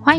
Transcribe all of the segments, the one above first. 欢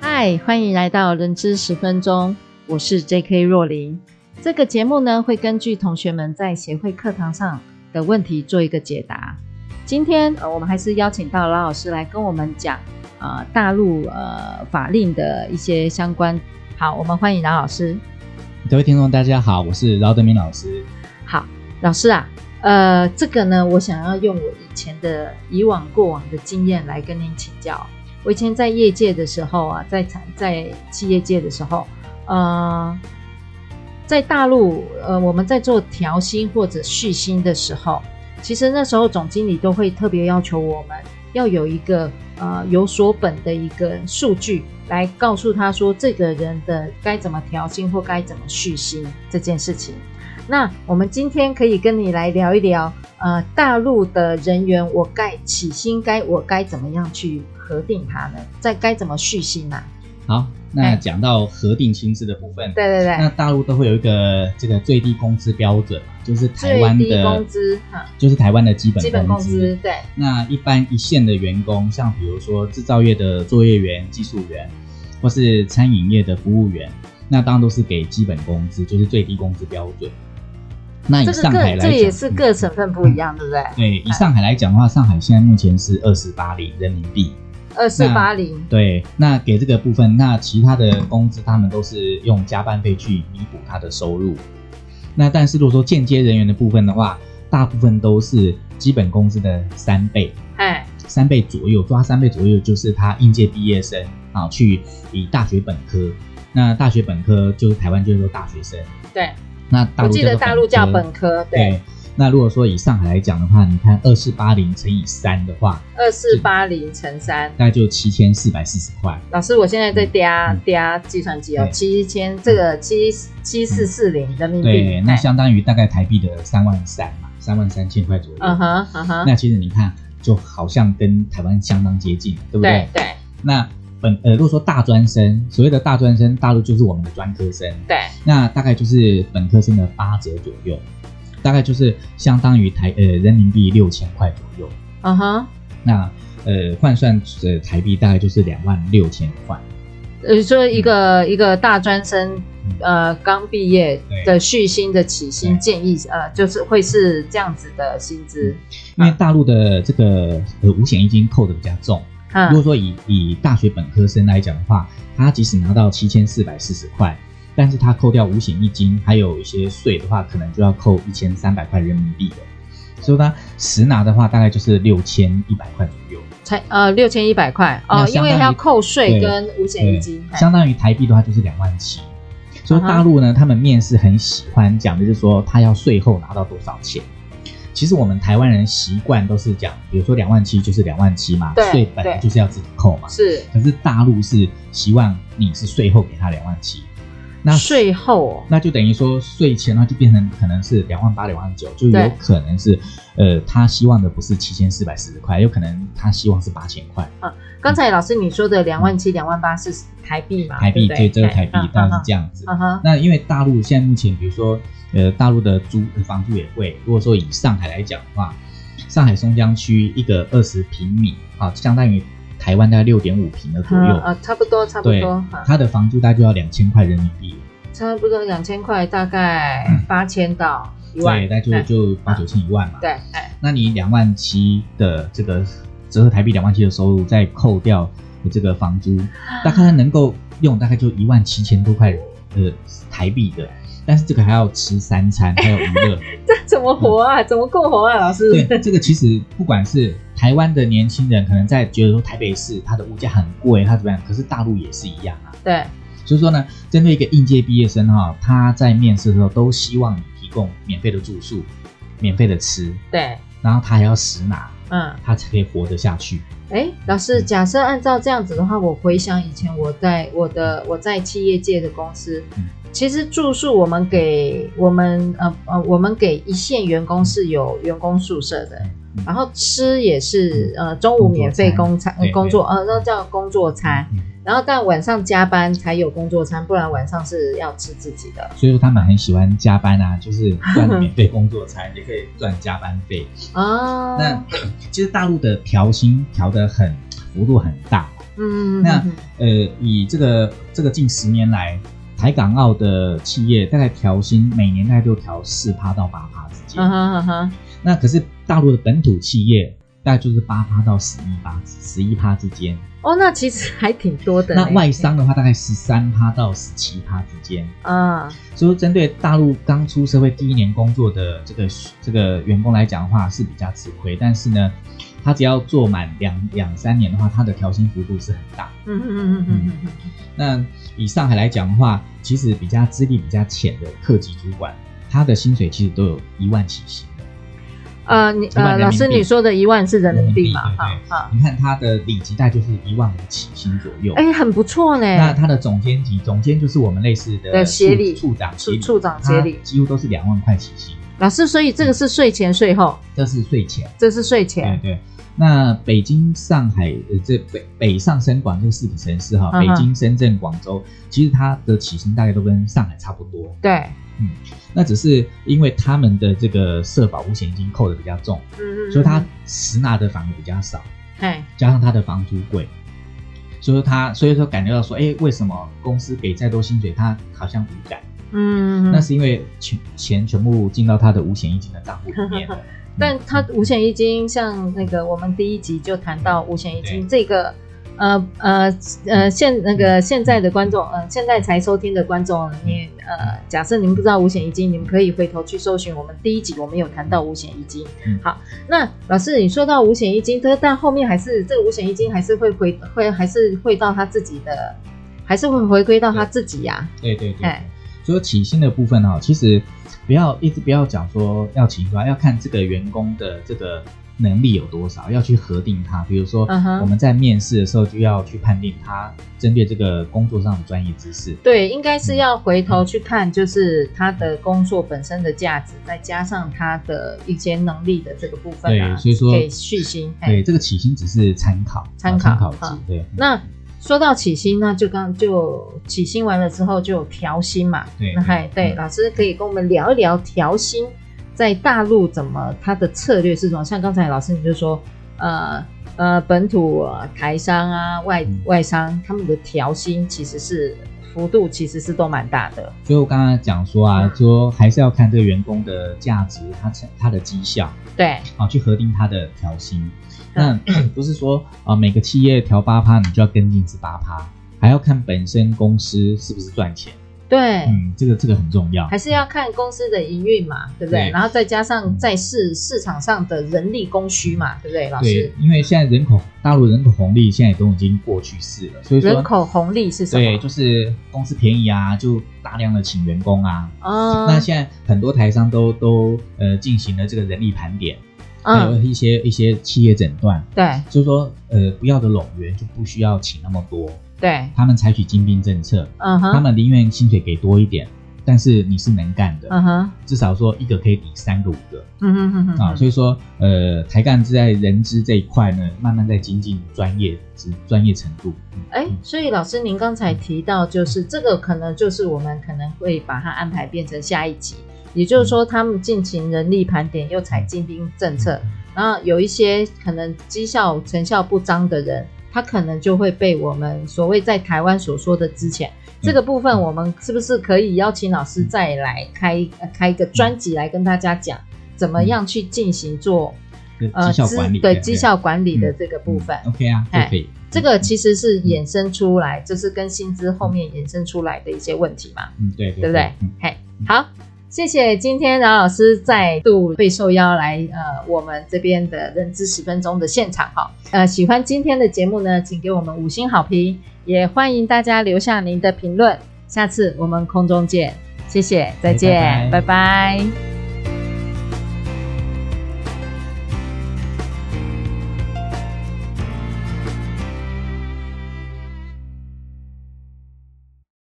嗨，欢迎来到人知十分钟，我是 J.K. 若琳。这个节目呢，会根据同学们在协会课堂上的问题做一个解答。今天呃，我们还是邀请到老老师来跟我们讲呃大陆呃法令的一些相关。好，我们欢迎老老师。各位听众，大家好，我是饶德明老师。好，老师啊，呃，这个呢，我想要用我以前的以往过往的经验来跟您请教。我以前在业界的时候啊，在产在企业界的时候，呃，在大陆呃，我们在做调薪或者续薪的时候，其实那时候总经理都会特别要求我们要有一个呃有所本的一个数据来告诉他说这个人的该怎么调薪或该怎么续薪这件事情。那我们今天可以跟你来聊一聊，呃，大陆的人员我该起薪该我该怎么样去核定它呢？在该怎么续薪呢、好，哎那讲到核定薪资的部分，对对那对，大陆都会有一个这个最低工资标准嘛，就是台最湾低的工资，哈，就是台湾的基本基本工工资，对，那一般一线的员工，像比如说制造业的作业员、技术员，或是餐饮业的服务员，那当然都是给基本工资，就是最低工资标准。那以这个上海各来这讲，也是嗯各省份不一样，对不对？对，以上海来讲的话，上海现在目前是二十八厘人民币。二四八零，对，那给这个部分，那其他的工资他们都是用加班费去弥补他的收入。那但是如果说间接人员的部分的话，大部分都是基本工资的三倍，哎，三倍左右，抓三倍左右就是他应届毕业生啊，去以大学本科。那大学本科就是台湾就是说大学生，对，那大我陆记得做大陆叫本科，对，对。那如果说以上海来讲的话，你看二四八零乘以三的话，二四八零乘三。大概就七千四百四十块。老师，我现在在嗲嗯嗲计算机哦，对嗯七千这个七七四四零人民币，对，那哎相当于大概台币的三万三嘛，三万三千块左右。嗯哼嗯哼，那其实你看，就好像跟台湾相当接近，对不对？对对那本呃，如果说大专生，所谓的大专生，大陆就是我们的专科生，对，那大概就是本科生的八折左右，大概就是相当于台呃人民币六千块左右。嗯哼，那呃换算呃台币大概就是两万六千块。呃，说一个一个大专生，嗯呃，刚毕业对的续薪的起薪对建议，呃，就是会是这样子的薪资，因嗯为大陆的这个呃五险一金扣的比较重。嗯，如果说以以大学本科生来讲的话，他即使拿到七千四百四十块，但是他扣掉五险一金，还有一些税的话，可能就要扣一千三百块人民币的。所以他实拿的话，大概就是六千一百块左右。才呃六千一百块哦那，因相当于为要扣税对跟五险一金，哎嗯相当于台币的话就是两万七。所以大陆呢，他们面试很喜欢讲的就是说他要税后拿到多少钱。其实我们台湾人习惯都是讲，比如说两万七就是两万七嘛对，税本来就是要自己扣嘛。哎是可是大陆是希望你是税后给他两万七，那税后哦，那就等于说税前呢就变成可能是两万八、两万九，就对有可能是呃他希望的不是七千四百四十块，有可能他希望是八千块刚才老师你说的两万七、两万八是台币嘛？嗯台币，啊对对不对这个台币哎嗯当嗯然是这样子。嗯哼，那因为大陆现在目前，比如说，呃，大陆的租房租也贵。如果说以上海来讲的话，上海松江区一个二十平米啊，相当于台湾大概六点五平的左嗯右，呃，差不多，差不对多，嗯它的房租大概就要两千块人民币，差不多两千块，大概八千到一万，嗯对，大概就哎就八九千一万嘛。对，哎，那你两万七的这个折合台币两万七的收入，再扣掉这个房租，啊大概能够用大概就一万七千多块呃台币的，但是这个还要吃 三餐，还有娱乐。怎么活啊？怎么够活啊，老师？嗯对，这个其实不管是台湾的年轻人，可能在觉得说台北市它的物价很贵，它怎么样，可是大陆也是一样啊。对，所以说呢，针对一个应届毕业生哈、他在面试的时候都希望你提供免费的住宿，免费的吃，对，然后他还要实拿，嗯，他才可以活得下去。哎，老嗯师，假设按照这样子的话，我回想以前我在我的我在企业界的公司，嗯其实住宿我们给我们呃呃我们给一线员工是有员工宿舍的，嗯然后吃也是呃中午免费工餐对对工作呃那叫工作餐，嗯然后但晚上加班才有工作餐，不然晚上是要吃自己的。所以说他们很喜欢加班啊，就是赚免费工作餐，也可以赚加班费。啊，那 其实大陆的调薪调得很幅度很大，嗯，那嗯呃，以这个这个近十年来，台港澳的企业大概调薪每年大概都调四趴到八趴之间。嗯哼嗯哼，那可是大陆的本土企业大概就是八趴到十一趴，十一趴之间。哦，那其实还挺多的嘞。那外商的话大概十三趴到十七趴之间。啊，所以说针对大陆刚出社会第一年工作的这个这个员工来讲的话是比较吃亏，但是呢，他只要做满两两三年的话，他的调薪幅度是很大的。嗯嗯嗯嗯嗯嗯。那以上海来讲的话，其实比较资历比较浅的客级主管，他的薪水其实都有一万起薪的。呃，你一万呃，人民老师币你说的一万是人民币嘛？人民币哈对哈，你看他的里级大概就是一万五起薪左右。哎，很不错呢。那他的总监级，总监就是我们类似的对处协理处长处协理、处长协理他几乎都是两万块起薪，老师，所以这个是税前税后，这是税前。这是税对前。对。那北京、上海，呃，这北北上深广这四个城市哈，嗯北哼京、深圳、广州，其实它的起薪大概都跟上海差不多。对，那只是因为他们的这个社保五险金扣的比较重，嗯嗯。所以他嗯，实拿的反而比较少，哎，加上他的房租贵，所以说他所以说感觉到说，哎，为什么公司给再多薪水，他好像无感？嗯，嗯那嗯是因为钱钱全部进到他的五险一金的账户里 面嗯了。但他五险一金，像那个我们第一集就谈到五险一金对这个。呃呃呃，现那个现在的观众，呃，现在才收听的观众，你呃，假设您不知道五险一金，你们可以回头去搜寻我们第一集，我们有谈到五险一金。嗯好，那老师，你说到五险一金，但但后面还是这个五险一金还是会回会还是会到他自己的，还是会回归到他自己呀、对对对哎对。所以起薪的部分哈、哦其实不要一直不要讲说要起薪多少，要看这个员工的这个能力有多少，要去核定他。比如说嗯哼我们在面试的时候就要去判定他针对这个工作上的专业知识。对，应该是要回头去看，就是他的工作本身的价值，再加上他的一些能力的这个部分啊，对，所以说给续薪。嘿对，这个起薪只是参考，参啊考参考哈值。对，那说到起薪，那就刚就起薪完了之后就有调薪嘛。对那还对嗯老师可以跟我们聊一聊调薪在大陆怎么它的策略是什么？像刚才老师你就说，呃呃，本土、呃台商啊、外嗯外商他们的调薪其实是幅度其实是都蛮大的。所以我刚刚讲说啊嗯，说还是要看这个员工的价值，他成他的绩效。对，啊，去核定它的调薪。那嗯 不是说啊、每个企业调八趴，你就要跟进是八趴，还要看本身公司是不是赚钱。对，嗯，这个这个很重要。还是要看公司的营运嘛，对不对？对嗯然后再加上在市市场上的人力供需嘛，对不对？老对师，，因为现在人口大陆人口红利现在都已经过去式了，所以说人口红利是什么？对，就是公司便宜啊，就大量的请员工啊。啊，那现在很多台商都都呃进行了这个人力盘点，还有嗯，一些一些企业诊断，对就是说呃不要的冗员就不需要请那么多，对，他们采取精兵政策，嗯他哼，们宁愿薪水给多一点，但是你是能干的，嗯哼，至少说一个可以抵三个五个嗯哼哼哼啊。所以说，呃，台干是在人资这一块呢，慢慢在精进专业职专业程度。嗯哎，所以老师您刚才提到，就是这个可能就是我们可能会把它安排变成下一集，也就是说他们进行人力盘点，又采精兵政策，然后有一些可能绩效成效不彰的人，他可能就会被我们所谓在台湾所说的之嗯前。这个部分，我们是不是可以邀请老师再来开、呃开一个专辑来跟大家讲，怎么样去进行做这呃嗯绩效管理资对绩效管理的这个部分？ OK 啊，就哎可以。这个其实嗯是衍生出来，就是跟薪资后面衍生出来的一些问题嘛，嗯，对对对不对嗯？嘿，好，谢谢今天饶老师再度被受邀来呃我们这边的认知十分钟的现场哈。呃，喜欢今天的节目呢，请给我们五星好评，也欢迎大家留下您的评论。下次我们空中见，谢谢，再见，拜拜拜拜